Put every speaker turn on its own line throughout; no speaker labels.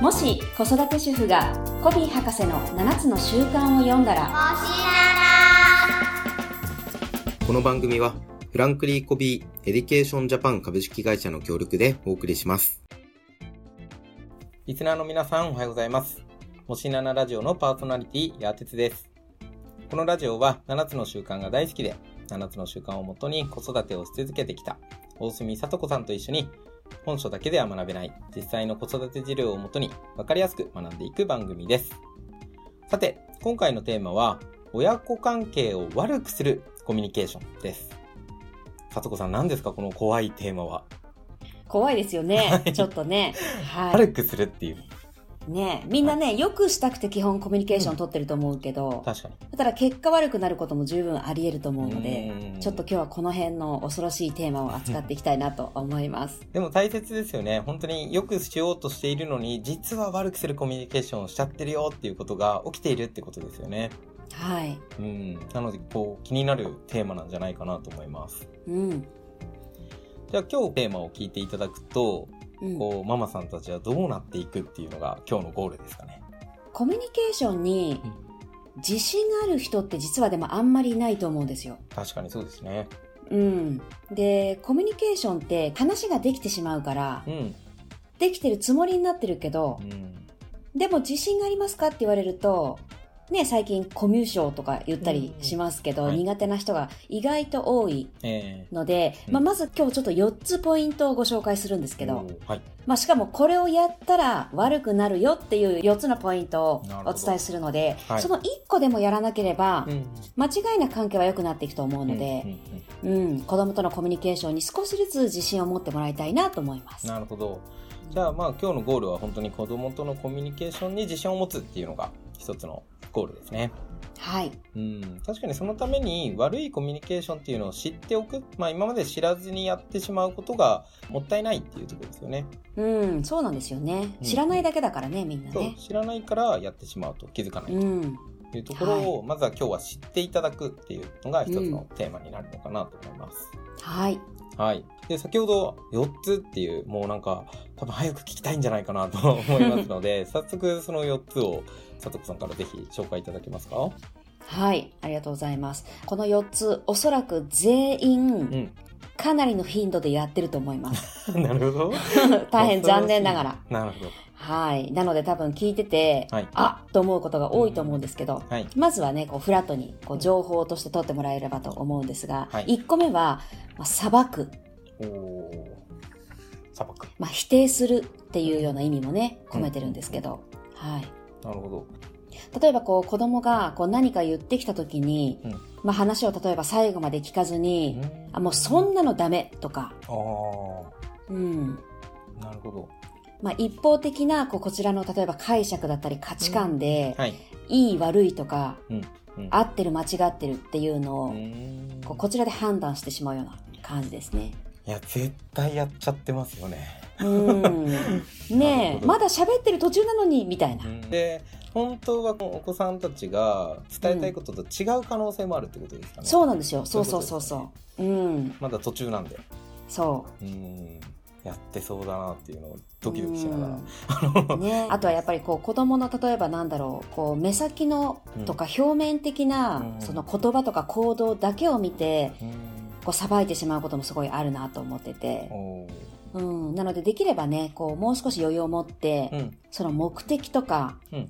もし子育て主婦がコビー博士の7つの習慣を読んだ ら
この番組は、フランクリー・コビー・エディケーション・ジャパン株式会社の協力でお送りします。リスナーの皆さん、おはようございます。もしななラジオのパーソナリティ、やーてつです。このラジオは、7つの習慣が大好きで、7つの習慣をもとに子育てをし続けてきた、大隅さと子さんと一緒に、本書だけでは学べない、実際の子育て事例をもとに、わかりやすく学んでいく番組です。さて、今回のテーマは、親子関係を悪くするコミュニケーションです。さとこさん、何ですかこの怖いテーマは。
怖いですよね、ちょっとね。は
悪くするっていう。
い。ねみんなね、よくしたくて基本コミュニケーション取ってると思うけど、
確かに。
だから結果悪くなることも十分あり得ると思うので、
うん
ちょっと今日はこの辺の恐ろしいテーマを扱っていきたいなと思います。
でも大切ですよね。本当によくしようとしているのに、実は悪くするコミュニケーションをしちゃってるよっていうことが起きているってことですよね。
はい。
うん。なので、こう、気になるテーマなんじゃないかなと思います。
うん。
じゃあ今日テーマを聞いていただくと、
うん、
こう、ママさんたちはどうなっていくっていうのが今日のゴールですかね。
コミュニケーションに
うん
自信がある人って実はでもあんまりいないと思うんですよ。
確かにそうですね。
うん。で、コミュニケーションって話ができてしまうから
う、ん。
できてるつもりになってるけど
う、ん。
でも自信がありますかって言われると、ね、最近コミュ障とか言ったりしますけど、
うんはい
苦手な人が意外と多い
ええ
ので、
うん
まあ、まず今日ちょっと4つポイントをご紹介するんですけ
お
ど、
ーはい。
まあ、しかもこれをやったら悪くなるよっていう4つのポイントを
なるほ
お
ど
伝えするので、
はい
その1個でもやらなければ、
ん。
間違いなく関係は良くなっていくと思うので
うん、うんうん
うん子供とのコミュニケーションに少しずつ自信を持ってもらいたいなと思います。
なるほど。じゃあまあ今日のゴールは本当に子供とのコミュニケーションに自信を持つっていうのが一つのゴールですね。
はい。
うん、確かにそのために悪いコミュニケーションっていうのを知っておく、まあ、今まで知らずにやってしまうことがもったいないっていうところですよね。
うん、そうなんですよね。
うん
知らないだけだからね、みんな
そう
ね。
知らないからやってしまうと気づかないうっ
ん。
ていうところを、まずは今日は知っていただくっていうのが一つのテーマになるのかなと思います。
はい。
はい。で、先ほど4つっていう、もうなんか、多分早く聞きたいんじゃないかなと 思いますので、早速その4つを、さとこさんからぜひ紹介いただけますか
はい。ありがとうございます。この4つ、おそらく全
う
員、
ん。
かなりの頻度でやってると思います。
なるほど。
大変残念ながら。。
なるほど。
はい。なので多分聞いてて、
はい
あっと思うことが多いと思うんですけど、
はい。
まずはね、こうフラットにこう情報として取ってもらえればと思うんですが、
はい
1個目は、まあ、裁く、
おー。砂漠。
まあ、否定するっていうような意味もね、込めてるんですけど、はい。
なるほど。
例えばこう子供がこう何か言ってきた時に、
うん
まあ、話を例えば最後まで聞かずに、あもうそんなのダメとか、
ああ
うん
ー。なるほど。
まあ、一方的なこうこちらの例えば解釈だったり価値観で、
はい。
いい悪いとか、
うんうん
合ってる間違ってるっていうのを、
うーん
こうこちらで判断してしまうような感じです ね。
いや、絶対やっちゃってますよね。
うん、
なる
ね
ほ
え
ど
まだ喋ってる途中なのにみたいな。
で、本当はこのお子さんたちが伝えたいことと違う可能性もあるってことですかね。
そうなんですよ。そうそう
そ
そう
いうこ
うそう。
とですね
うん、
まだ途中なんで。
そう。
うん。やってそうだなっていうのをドキドキしながら。
うんね、あとはやっぱりこう子供の例えばなんだろうこう目先のとか表面的な
うん
その言葉とか行動だけを見て
うん。
こうさばいてしまうこともすごいあるなと思ってて、
おー
うん、なのでできればねこうもう少し余裕を持って、
うん。うん
その目的とか
うん。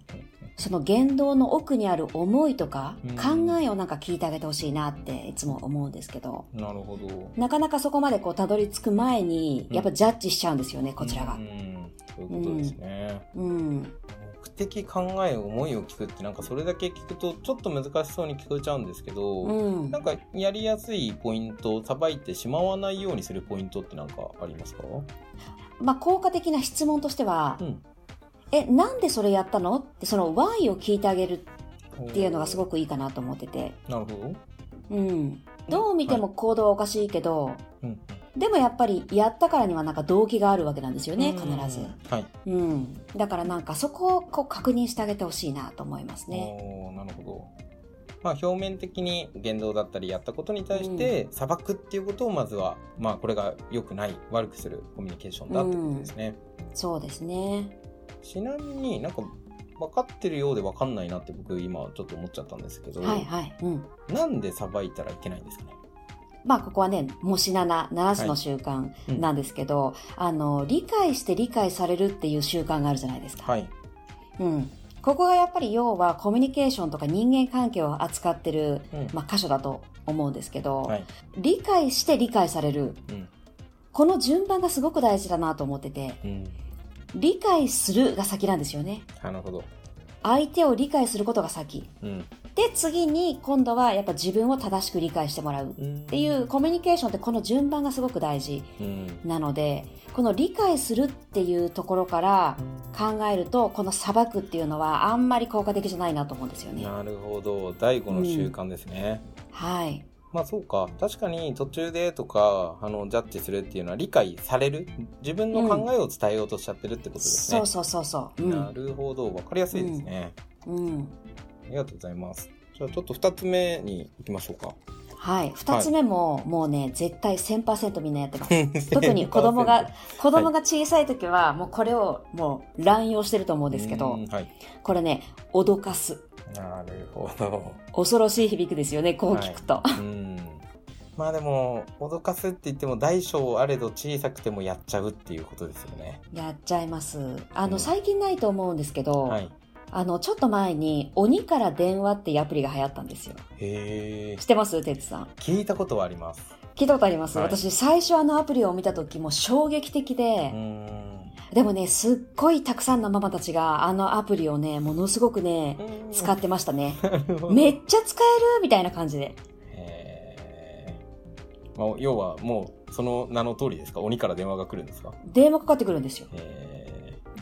その言動の奥にある思いとか、
うん
考えをなんか聞いてあげてほしいなっていつも思うんですけど。
うんなるほど。
なかなかそこまでこうたどり着く前に
うん
やっぱジャッジしちゃうんですよね、こちらが
う。ん。そういうことですね。
うん、
目的、考え、思いを聞くって、なんかそれだけ聞くと、ちょっと難しそうに聞こえちゃうんですけど、
うん
なんかやりやすいポイント、さばいてしまわないようにするポイントってなんかありますか
まあ、効果的な質問としては、
ん。
え、なんでそれやったのって、その why を聞いてあげるっていうのがすご
く。
くいいかなと思ってて。
なるほど。
うん。どう見ても行動はおかしいけど、
うん。
でもやっぱりやったからにはなんか動機があるわけなんですよね、必ず。
はい。
うん。だからなんかそこをこう確認してあげてほしいなと思いますね。
おーなるほど。まあ、表面的に言動だったりやったことに対して裁くっていうことをまずは、まあこれが良くない悪くするコミュニケーションだってことですね。
そうですね。
ちなみになんか分かってるようで分かんないなって僕今ちょっと思っちゃったんですけど、
はいはい。うん。
なんでさばいたらいけないんですかね
まあ、ここはね、もしなな、ならしの習慣
うん
なんですけど、あの、理解して理解されるっていう習慣があるじゃないですか。
はい。
うん。ここがやっぱり要はコミュニケーションとか人間関係を扱ってる、
うん。
まあ、箇所だと思うんですけど、
はい。
理解して理解される。
うん。
この順番がすごく大事だなと思ってて、
うん。
理解するが先なんですよね。
なるほど。
相手を理解することが先。
うん。
で、次に今度はやっぱ自分を正しく理解してもらう。っ
って
いうコミュニケーションってこの順番がすごく大事
うん。
なので、この理解するっていうところから考えると、この裁くっていうのはあんまり効果的じゃないなと思うんですよね。
なるほど。第五の習慣ですね。
はい。
まあそうか確かに途中でとかあのジャッジするっていうのは理解される自分の考えを伝えようとしちゃってるってことですね、
そうそうそうそう。う。
なんるほど分かりやすいですね、
うん。
ありがとうございますじゃあちょっと2つ目に行きましょうか
はい。二つ目も、もうね、絶対1000%みんなやって ます。
特
特に子供が子供が小さい時は、もうこれをもう乱用してると思うんですけど、
はい
これね、脅かす。
なるほど
恐ろしい響きですよね、こう聞くと。
うんまあでも脅かすって言っても大小あれど小さくてもやっちゃうっていうことですよね
やっちゃいます。あの、
うん
最近ないと思うんですけど、
はい
あの、ちょっと前に、鬼から電話っていうアプリが流行ったんですよ。
へえ
知ってますてつさん。
聞いたことはあります
聞いたことあります、
はい
私、最初あのアプリを見た時も衝撃的
う
で、
ん
でもね、すっごいたくさんのママたちが、あのアプリをね、ものすごくね、使ってましたね。
て
めっちゃ使えるみたいな感じで。
えーまあ、要はもうその名の通りですか鬼から電話が来るんですか、
電話かかってくるんですよ。
え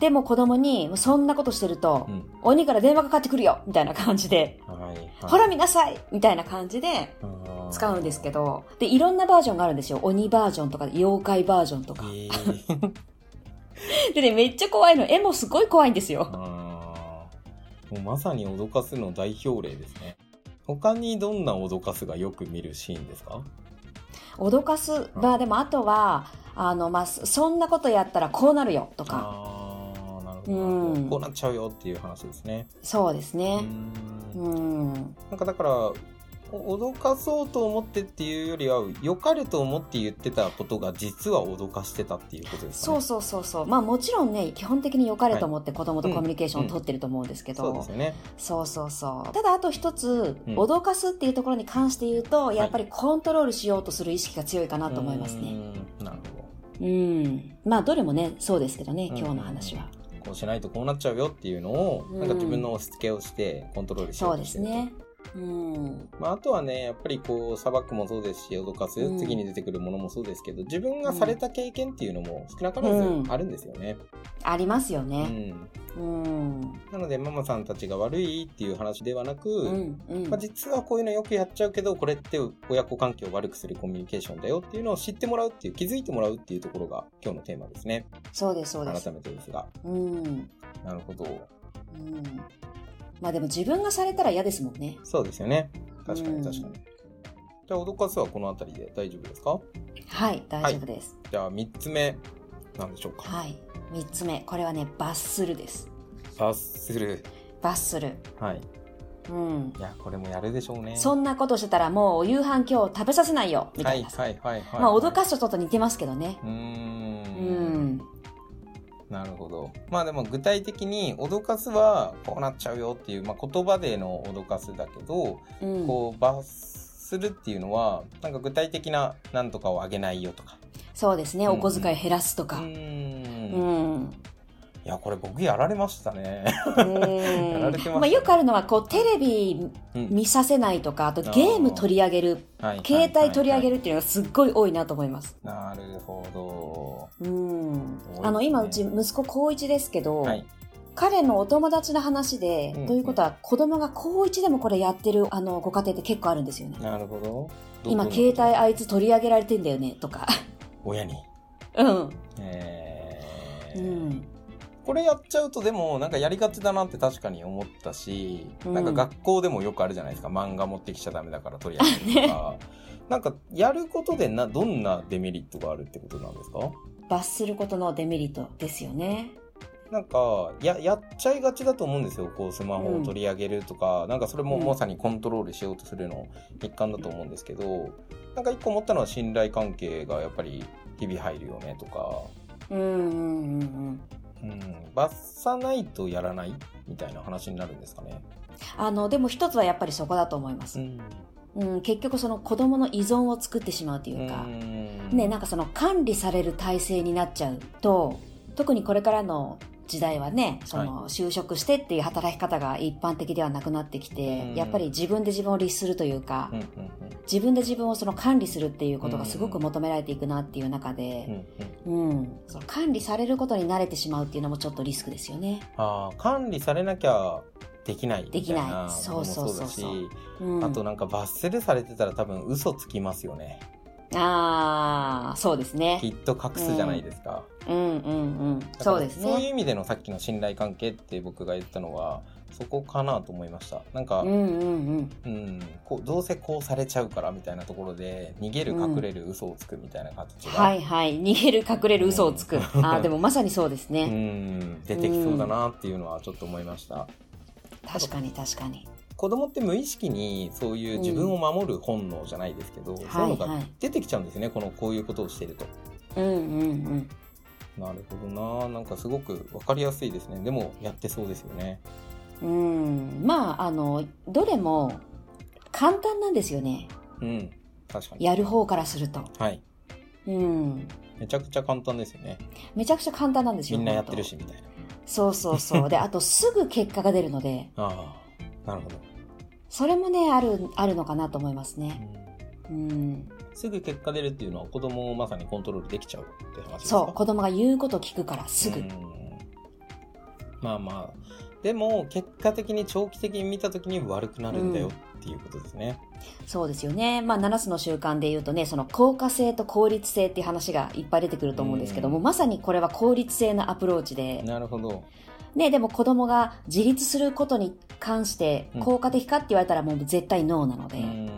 でも子供に、そんなことしてると、
ーうん
鬼から電話かかってくるよみたいな感じで、
はいはい、
ほら見なさいみたいな感じで使うんですけど、
ど、
で、いろんなバージョンがあるんですよ。鬼バージョンとか、妖怪バージョンと
え
か。
ー
でね、めっちゃ怖いの。絵もすごい怖いんですよ。
あーもうまさに脅かすの代表例ですね他にどんな脅かすがよく見るシーンですか
脅かす。まあでも、あとは、あの、まあ、そそんなことやったらこうなるよとか。
あーなるほど、
うん
こうなっちゃうよっていう話ですね
そうです
う
ね。
ん
うん。
なんかだからお脅かそうと思ってっていうよりは良かれと思って言ってたことが実は脅かしてたっていうことですか
そ
ね。
うそうそうそう。まあもちろんね、基本的に良かれと思って子供と
はい
コミュニケーションを取ってると思うんですけど、
そうですよね。
そうそうそう。ただあと一つ、
うん
脅かすっていうところに関して言うと、やっぱりコントロールしようとする意識が強いかなと思いますね。
うん。なるほ
うん,、まあどれもね、そうですけどね、
うん
今日の話は。
ど。こうしないとこうなっちゃうよっていうのを、
うん
なんか自分の押し付けをしてコントロールしよ
そうう
と
で
して
す
ると
ね。うん。
まあ、あとはねやっぱりこう砂漠もそうですし脅かす、
うん
次に出てくるものもそうですけど自分がされた経験っていうのも少なからずあるんですよね。
ありますよ
うん
ね。うん。うん。
なのでママさんたちが悪いっていう話ではなく、
うん
まあ、実はこういうのよくやっちゃうけどこれって親子関係を悪くするコミュニケーションだよっていうのを知ってもらうっていう気づいてもらうっていうところが今日のテーマですね
そうです、そう
改
です。
めてですが
うん。うん。
なるほど
まあでも自分がされたら嫌ですもんね。
そうですよね確か
う
に
ん
確かに、じゃあ脅かすはこの辺りで大丈夫ですか
はい、大丈夫です。
じゃあ3つ目なんでしょうか
はい。三、つ目、これはね、罰するです。
察する
罰する。
はい
うん。
いやこれもやるでしょうね
そんなことしてたらもう夕飯今日食べさせないよみた
はいい
なさ、
はいはいはい
まあ脅かすとちょっと似てますけどね
うーん
うん
なるほど。まあでも具体的に脅かすはこうなっちゃうよっていう、まあ、言葉での脅かすだけど、
うん
こう罰するっていうのはなんか具体的ななんとかをあげないよとか。
そうですね
うんう
お
ん
小遣い減らすとか
う
うん
ーん。
ん、
いやこれ僕やられました ね。やられてますね
まあよくあるのはこうテレビ
うん
見させないとかあとゲーム取り上げる
はい
携帯取り上げ
る。
るっていうのがすっごい多いなと思います、
なるほ
うん
多いですね
あの今うち息子高一ですけど、
ど。はい。
彼のお友達の話で、
うんうん
ということは子供が高一でもこれやってるあのご家庭って結構あるんですよね
なるほど。ど
今
どう
携帯あいつ取り上げられてんだよねとか
親に。
うん
えー
うん
これやっちゃうとでもなんかやりがちだなって確かに思ったし、
うん
なんか学校でもよくあるじゃないですか漫画持ってきちゃダメだから取り上げる とか、なんかやることでなどんなデメリットがあるってことなんですか
罰することのデメリットですよね
なんかややっちゃいがちだと思うんですよこうスマホを取り上げるとか、なんかそれも
うん
まさにコントロールしようとするの一環だと思うんですけどなんか一個思ったのは信頼関係がやっぱり日々入るよねとか、
うんうんうんうん
うん、罰さないとやらないみたいな話になるんですかね。
あのでも一つはやっぱりそこだと思いま
う
す、
ん
うん、結局その子供の依存を作ってしまうというか、ね、なんかその管理される体制になっちゃうと特にこれからの時代はねその就職してっていう働き方が一般的ではなくなってきて、
うん
やっぱり自分で自分を律するというか、
うんうん
自分で自分をその管理するっていうことがすご
う
く
ん
求められていくなっていう中
うんう
で、
んうん
うんその管理されることに慣れてしまうっていうのもちょっとリスクですよね。
あー管理されなきゃできないみたい
で
な
きない
のも
そうそうそうそう
だし
うん、
あとなんか罰せるされてたら多分嘘つきますよね
あーそうです
き
ね。
っと隠すじゃないですか,、
うんうんうん
だから
そうです
そういう
ね。
意味でのさっきの信頼関係って僕が言ったのはそこかなと思いましたなんか、
う
うん
んうんうん
こうどうせこうされちゃうからみたいなところで逃げる
うん
隠れる嘘をつくみたいな形が、
はいはい逃げる隠れる嘘をつ く、
うん
あーでもまさにそうです
う
ね、
ん出てきそうだなっていうのはちょっと思いました、
確かに確かに
子供って無意識にそういう自分を守る本能じゃないですけど、そういうの
はい
が
はい
出てきちゃうんですねこのこういうことをしていると。
うんうん
なるほどななんかすごく分かりやすいですねでもやってそうですよね。
うんうんまああのどれも簡単なんですよね
うん確かに
やる方からすると
はい
うん
めちゃくちゃ簡単ですよね
めちゃくちゃ簡単なんです
み
よ
んなやってるしみたいな。
本当そうそうそうであとすぐ結果が出るので
ああなるほど、
それもねあるあるのかなと思いますねうん
すぐ結果出るっていうのは子供をまさにコントロールできちゃうって話ですか
そう子供が言うこと聞くからすぐ
うんまあまあでも結果的に長期的に見た時に悪くなるんだよっていうことですね。
そうですよね。まあ、7つの習慣で言うとね、その効果性と効率性っていう話がいっぱい出てくると思うんですけども、
うん
まさにこれは効率性のアプローチで、
なるほど
ね、でも子供が自立することに関して
うん
効果的かって言われたらもう絶対ノーなので
う。ん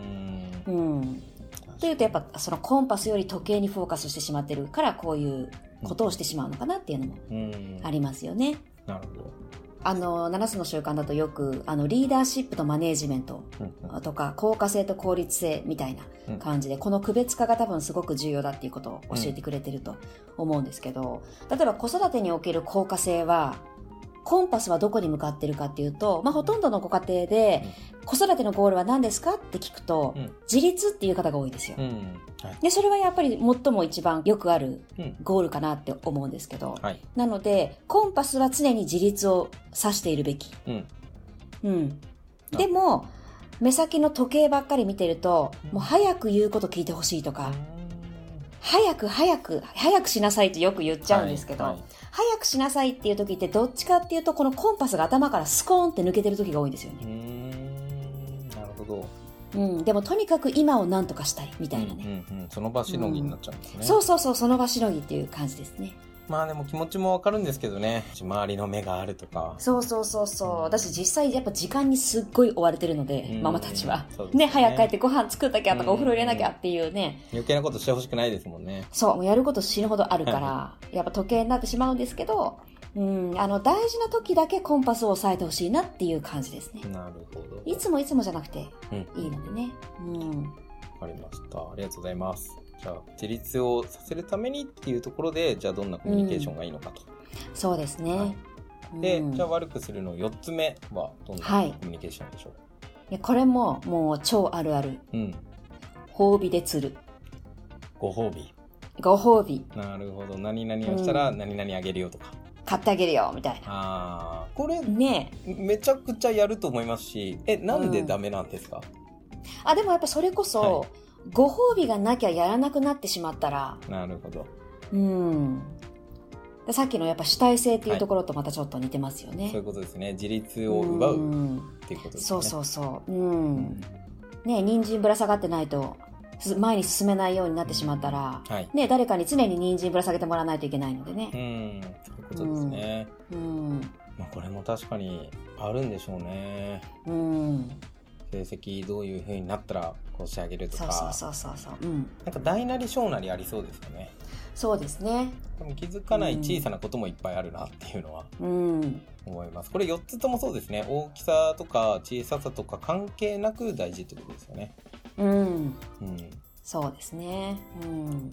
うん。というとやっぱそのコンパスより時計にフォーカスしてしまってるからこういうことをしてしまうのかなっていうのも
うん
ありますよね。
なるほど
あの、7つの習慣だとよく、あの、リーダーシップとマネージメント
うんうん
とか効果性と効率性みたいな感じで、この区別化が多分すごく重要だっていうことを教えてくれてると思うんですけど、例えば子育てにおける効果性はコンパスはどこに向かってるかっていうと、まあ、ほとんどのご家庭で子育てのゴールは何ですかって聞くと、
うん
自立っていう方が多いですよ。
うんはい
でそれはやっぱり最も一番よくある
うん
ゴールかなって思うんですけど、
はい
なのでコンパスは常に自立を指しているべき
うん
うん、
あ
でも目先の時計ばっかり見てると、
うん
もう早く言うこと聞いてほしいとか、早く早く早くしなさいってよく言っちゃうんですけど、
はいはい
早くしなさいっていう時ってどっちかっていうとこのコンパスが頭からスコーンって抜けてる時が多いんですよ
うー
ね、
んなるほど
うん、でもとにかく今を何とかしたいみたいなね、
うんうんうんその場しのぎになっちゃうんですね、
そうそうそうその場しのぎっていう感じですね
まあでも気持ちもわかるんですけどね周りの目があるとか
そうそうそうそう私実際やっぱ時間にすっごい追われてるので、
うん
ママたちは
そうですね
ね早く帰ってご飯作んなきゃとか、
うん
お風呂入れなきゃっていうね、
余計なことしてほしくないですもんね
そう、もうやること死ぬほどあるか
は
ら、やっぱ時計になってしまうんですけど、うん、あの、大事な時だけコンパスを押さえてほしいなっていう感じですね。
なるほど
いつもいつもじゃなくて
うん
いいのでね。うん。
わかりましたありがとうございますじゃあ自立をさせるためにっていうところでじゃあどんなコミュニケーションがいいのかと、
そうですね。
で、
うん
じゃあ悪くするの4つ目はどんなコ
はい
ミュニケーションでしょう、
いやこれも、もう超あるある。
うん
褒美で釣る。
ご褒美
ご褒美、
なるほど何々をしたら何々あげるよとか、
買ってあげるよ、みたいな。
あーこれ
ねえ。
めちゃくちゃやると思いますしえなんでダメなんですか、
あ、でもやっぱそれこそ、
は
ご褒美がなきゃやらなくなってしまったら、
なるほど
うん。でさっきのやっぱ主体性っていうところとまたちょっと似てますよね。
そういうことですね自立を奪ううんっていうことですね、
そうそうそう。う。
うん
ね、人参ぶら下がってないと、す前に進めないようになってしまったら、
はい
ね、誰かに常に人参ぶら下げてもらわないといけないので
う
ね。
んそういうことですね、
うん。
まあこれも確かにあるんでしょうね
うん。
成績どういう風になったらこうしてあげると
そ
か
うそうそうそうそううん
なんか大なり小なりありそうですよね
そうですね
でも気づかない小さなこともいっぱいあるなっていうのは
うん
思います、これ4つともそうですね大きさとか小ささとか関係なく大事ってことですよね
うん
うん
そうですねうん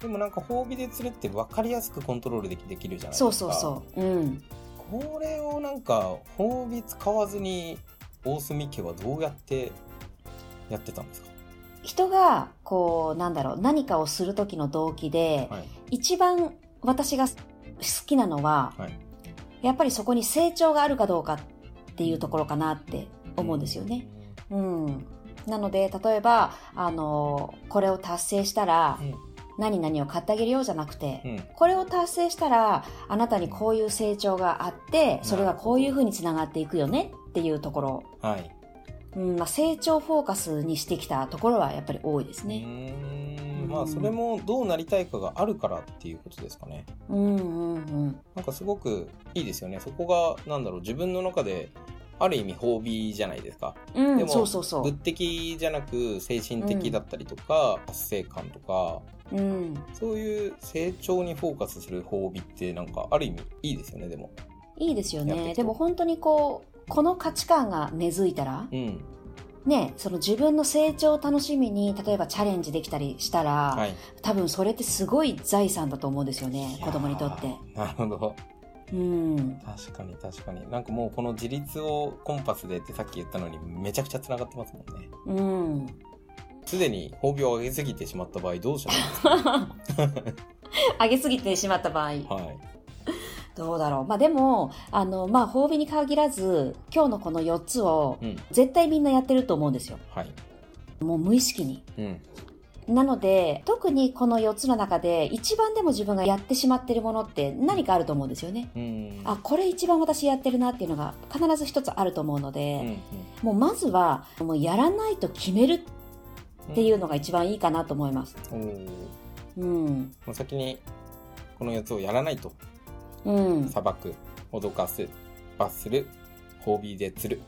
でもなんか褒美で釣るって分かりやすくコントロールできできるじゃないですか
そうそうそううん
これをなんか褒美使わずに大隅家はどうやってやってたんですか、
人がこうなんだろう何かをする時の動機で、
はい、
一番私が好きなのは、
はい
やっぱりそこに成長があるかどうかっていうところかなって思うんですよね。うん。なので、例えば、あの、これを達成したら
うん、
何々を買ってあげるようじゃなくて、
うん。うん
これを達成したら、あなたにこういう成長があって、それがこういうふうにつながっていくよねっていうところ、
はい。
うんまあ、成長フォーカスにしてきたところはやっぱり多いです
う
ね。う
ー
んん
まあそれもどうなりたいかがあるからっていうことですかね。
うんうんうん。
なんかすごくいいですよね。そこがなんだろう自分の中である意味褒美じゃないですか。
うん、
でも
そうそうそ
物
う。
的じゃなく精神的だったりとか、達成感とか
うん。
そういう成長にフォーカスする褒美ってなんかある意味いいですよねでも。
いいですよ
やってい
ね。
く
でも本当にこう、この価値観が根付いたら、
うん。
ね、その自分の成長を楽しみに、例えばチャレンジできたりしたら、
はい。
多分それってすごい財産だと思うんですよ
い
ね、
やー
子供にとって。。
なるほど。
うん。
確かに確かに。なんかもうこの自立をコンパスでってさっき言ったのにめちゃくちゃ繋がってますもんね。
うん。
すでに褒美を上げすぎてしまった場合どうしたらいいですか
上げすぎてしまった場合、
はい。
どうだろう。まあでも、あの、まあ、褒美に限らず、今日のこの4つを、
うん。
絶対みんなやってると思うんですよ。
はい。
もう無意識に。
うん。
なので、特にこの4つの中で、一番でも自分がやってしまってるものって何かあると思うんですよね。
うん。
あ、これ一番私やってるなっていうのが必ず一つあると思うの
うん、
で、もうまずは、もうやらないと決める
ん
っていうのが一番いいかなと思います。
おーも
うん。
う先にこの4つをやらないと。
うん。
裁く、脅かす、罰する、褒美で釣る。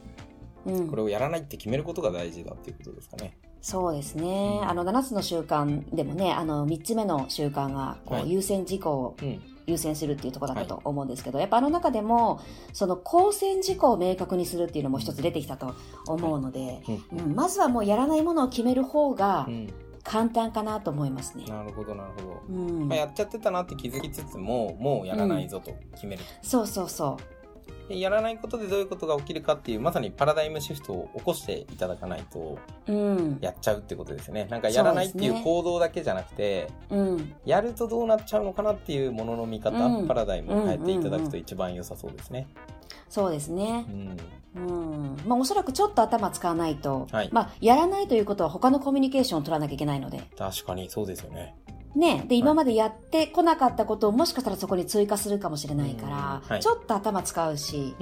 うん
こ。れをやらないって決めることが大事だっていうことですかね。
そうですね。
うん
あの、7つの習慣でもね、あの、3つ目の習慣が、こ
は
う、
い
優先事項を
うん。
優先するっていうところだったと思うんですけど、やっぱあの中でも、その、公選事項を明確にするっていうのも一つ出てきたと思うので、
う。
うんん、まずはもうやらないものを決める方が
うん。
簡単かなと思いますね。
なるほど、なるほど。
うん
まあ、。やっちゃってたなって気づきつつも、もうやらないぞと決めると。
そうそうそう。
でやらないことでどういうことが起きるかっていう、まさにパラダイムシフトを起こしていただかないと、
うん。
やっちゃうってことですね。なんかやらないってい
そう
う
ですね
行動だけじゃなくて、
うん。
やるとどうなっちゃうのかなっていうものの見方、
うん
パラダイムを変えていただ
うんう
く
ん
と
うん
一番良さそうですね。
そうですね
う。ん。
うん。まあ、おそらくちょっと頭使わないと、
はい
まあ、やらないということは他のコミュニケーションを取らなきゃいけないので。
確かにそうですよね。
ね。で、今までやってこなかったことをもしかしたらそこに追加するかもしれないから、
うんはい
ちょっと頭使うし、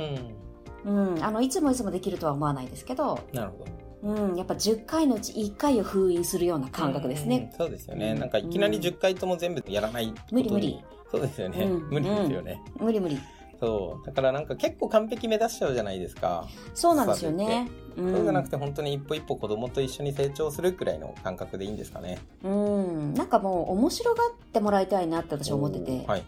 うん。
うん。あの、いつもいつもできるとは思わないですけど、
なるほど。
うん。やっぱ10回のうち1回を封印するような感覚です
うんう
ね
ん。。そうですよね。
うん
なんかいきなり10回とも全部やらないことに。
無理無理。
そうですよね。
うん
無理ですよね、
無理無理。
そう。だからなんか結構完璧目指しちゃうじゃないですか。
そうなんですよね。う
そうじゃなく
ん。
て本当に一歩一歩子供と一緒に成長するくらいの感覚でいいんですかね。
うん。なんかもう面白がってもらいたいなって私は思ってて。
はい。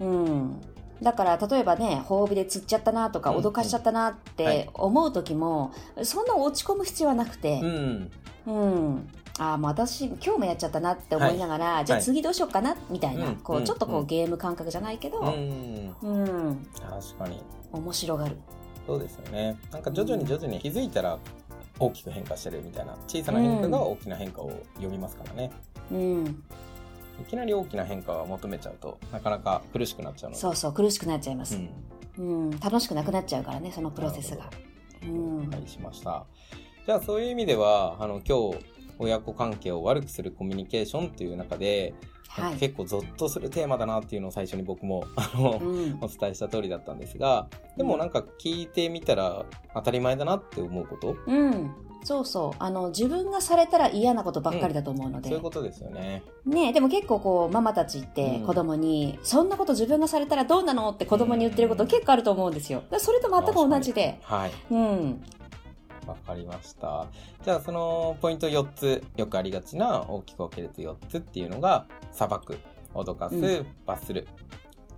うん。だから、例えばね、褒美で釣っちゃったなとか、
うんうん
脅かしちゃったなっ
はい
て思う時も、そんな落ち込む必要はなくて
う、ん。
うん。ああ、もう私、今日もやっちゃったなって思いながら、じゃあ
はい
次どうしようかな、みたいな、
うん
こ
うん
う、ちょっとこう、
うん
ゲーム感覚じゃないけ
う
ど、
ん。
うん、
確かに。
面白がる。
そうですよね。なんか徐々に徐々に気づいたら大きく変化してるみたいな小さな変化が大きな変化を呼びますからね。
うん。
いきなり大きな変化を求めちゃうとなかなか苦しくなっちゃうので。
そうそう、苦しくなっちゃいま
う
す。
ん。
うん。楽しくなくなっちゃうからね、そのプロセスが。う
了
ん。
解しました。じゃあそういう意味ではあの今日親子関係を悪くするコミュニケーションっていう中で、
はい。
結構ゾッとするテーマだなっていうのを最初に僕もあの、
うん
お。伝えした通りだったんですがでもなんか聞いてみたら当たり前だなって思うこと、
うん。そうそう。あの、自分がされたら嫌なことばっかりだと思うので。
そういうことですよね。
ねでも結構こう、ママたちっ
う
て
ん
子供に、そんなこと自分がされたらどうなのって子供に言ってること結構あると思うんですよ。だからそれと全く同じで。
はい
うん。
わかりました。じゃあ、そのポイント4つ、よくありがちな大きく分けると4つっていうのが、裁く、脅かす、
うん
罰する、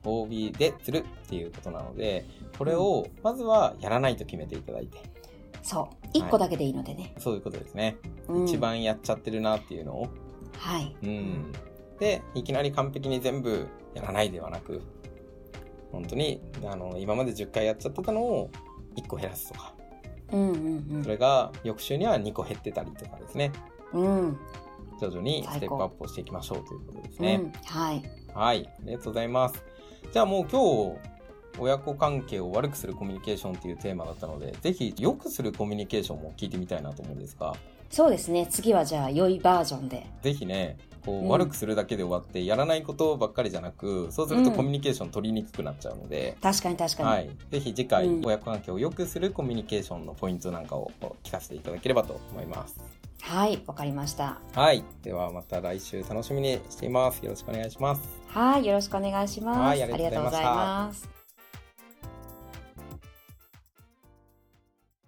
OB で釣るっていうことなので、これをまずはやらないと決めていただいて、
そう一個だけでいいのでね、
そういうことですね。
うん
一番やっちゃってるなっていうのを。
はい、
うん。で、いきなり完璧に全部やらないではなく、本当に、あの、今まで10回やっちゃってたのを1個減らすとか、
うんうん
それが翌週には2個減ってたりとかですね。
うんうん
徐々にステップアップをしていきましょうということですね
う。ん、はい
はい、ありがとうございます。じゃあもう今日、親子関係を悪くするコミュニケーションっていうテーマだったので、ぜひ良くするコミュニケーションも聞いてみたいなと思うんですが、
そうですね次はじゃあ良いバージョンで
ぜひね、こ
うん
う悪くするだけで終わって、やらないことばっかりじゃなく、そうすると
うん
コミュニケーション取りにくくなっちゃうので、
確かに確かに、
はい、ぜひ次回、
うん
親子関係を良くするコミュニケーションのポイントなんかを聞かせていただければと思います。
はい、わかりました。
はい、ではまた来週楽しみにしています。よろしくお願いします。
はい、よろしくお願いします。
はいありがとうございました
ありがとうございます。